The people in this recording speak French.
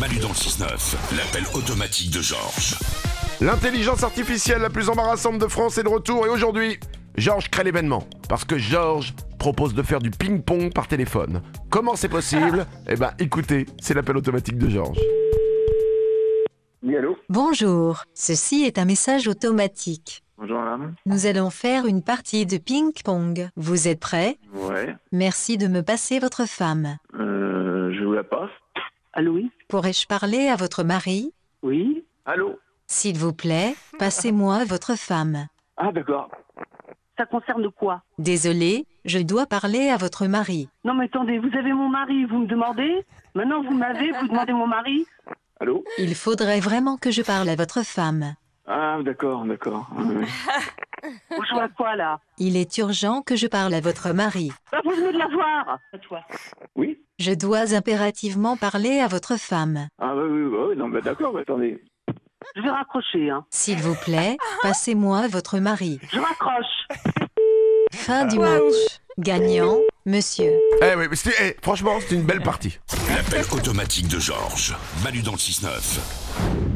Manu dans le 6-9, l'appel automatique de Georges. L'intelligence artificielle la plus embarrassante de France est de retour et aujourd'hui, Georges crée l'événement parce que Georges propose de faire du ping-pong par téléphone. Comment c'est possible Eh ben écoutez, c'est l'appel automatique de Georges. Oui, allô Bonjour, ceci est un message automatique. Bonjour, madame. Nous allons faire une partie de ping-pong. Vous êtes prêts Ouais. Merci de me passer votre femme. Euh, je vous la passe. Allô, oui Pourrais-je parler à votre mari Oui Allô S'il vous plaît, passez-moi votre femme. Ah, d'accord. Ça concerne quoi Désolé, je dois parler à votre mari. Non, mais attendez, vous avez mon mari, vous me demandez Maintenant, vous m'avez, vous demandez mon mari Allô Il faudrait vraiment que je parle à votre femme. Ah, d'accord, d'accord. Oui, oui. Vous jouez à quoi, là Il est urgent que je parle à votre mari. Bah, vous venez de la voir À toi. Oui Je dois impérativement parler à votre femme. Ah, oui, oui, oui, oui, non, bah, d'accord, bah, attendez. Je vais raccrocher, hein. S'il vous plaît, passez-moi votre mari. Je raccroche Fin du match. Gagnant, monsieur. Eh oui, mais c'était- eh, franchement, c'est une belle partie. L'appel automatique de Georges. Manu dans le 6-9.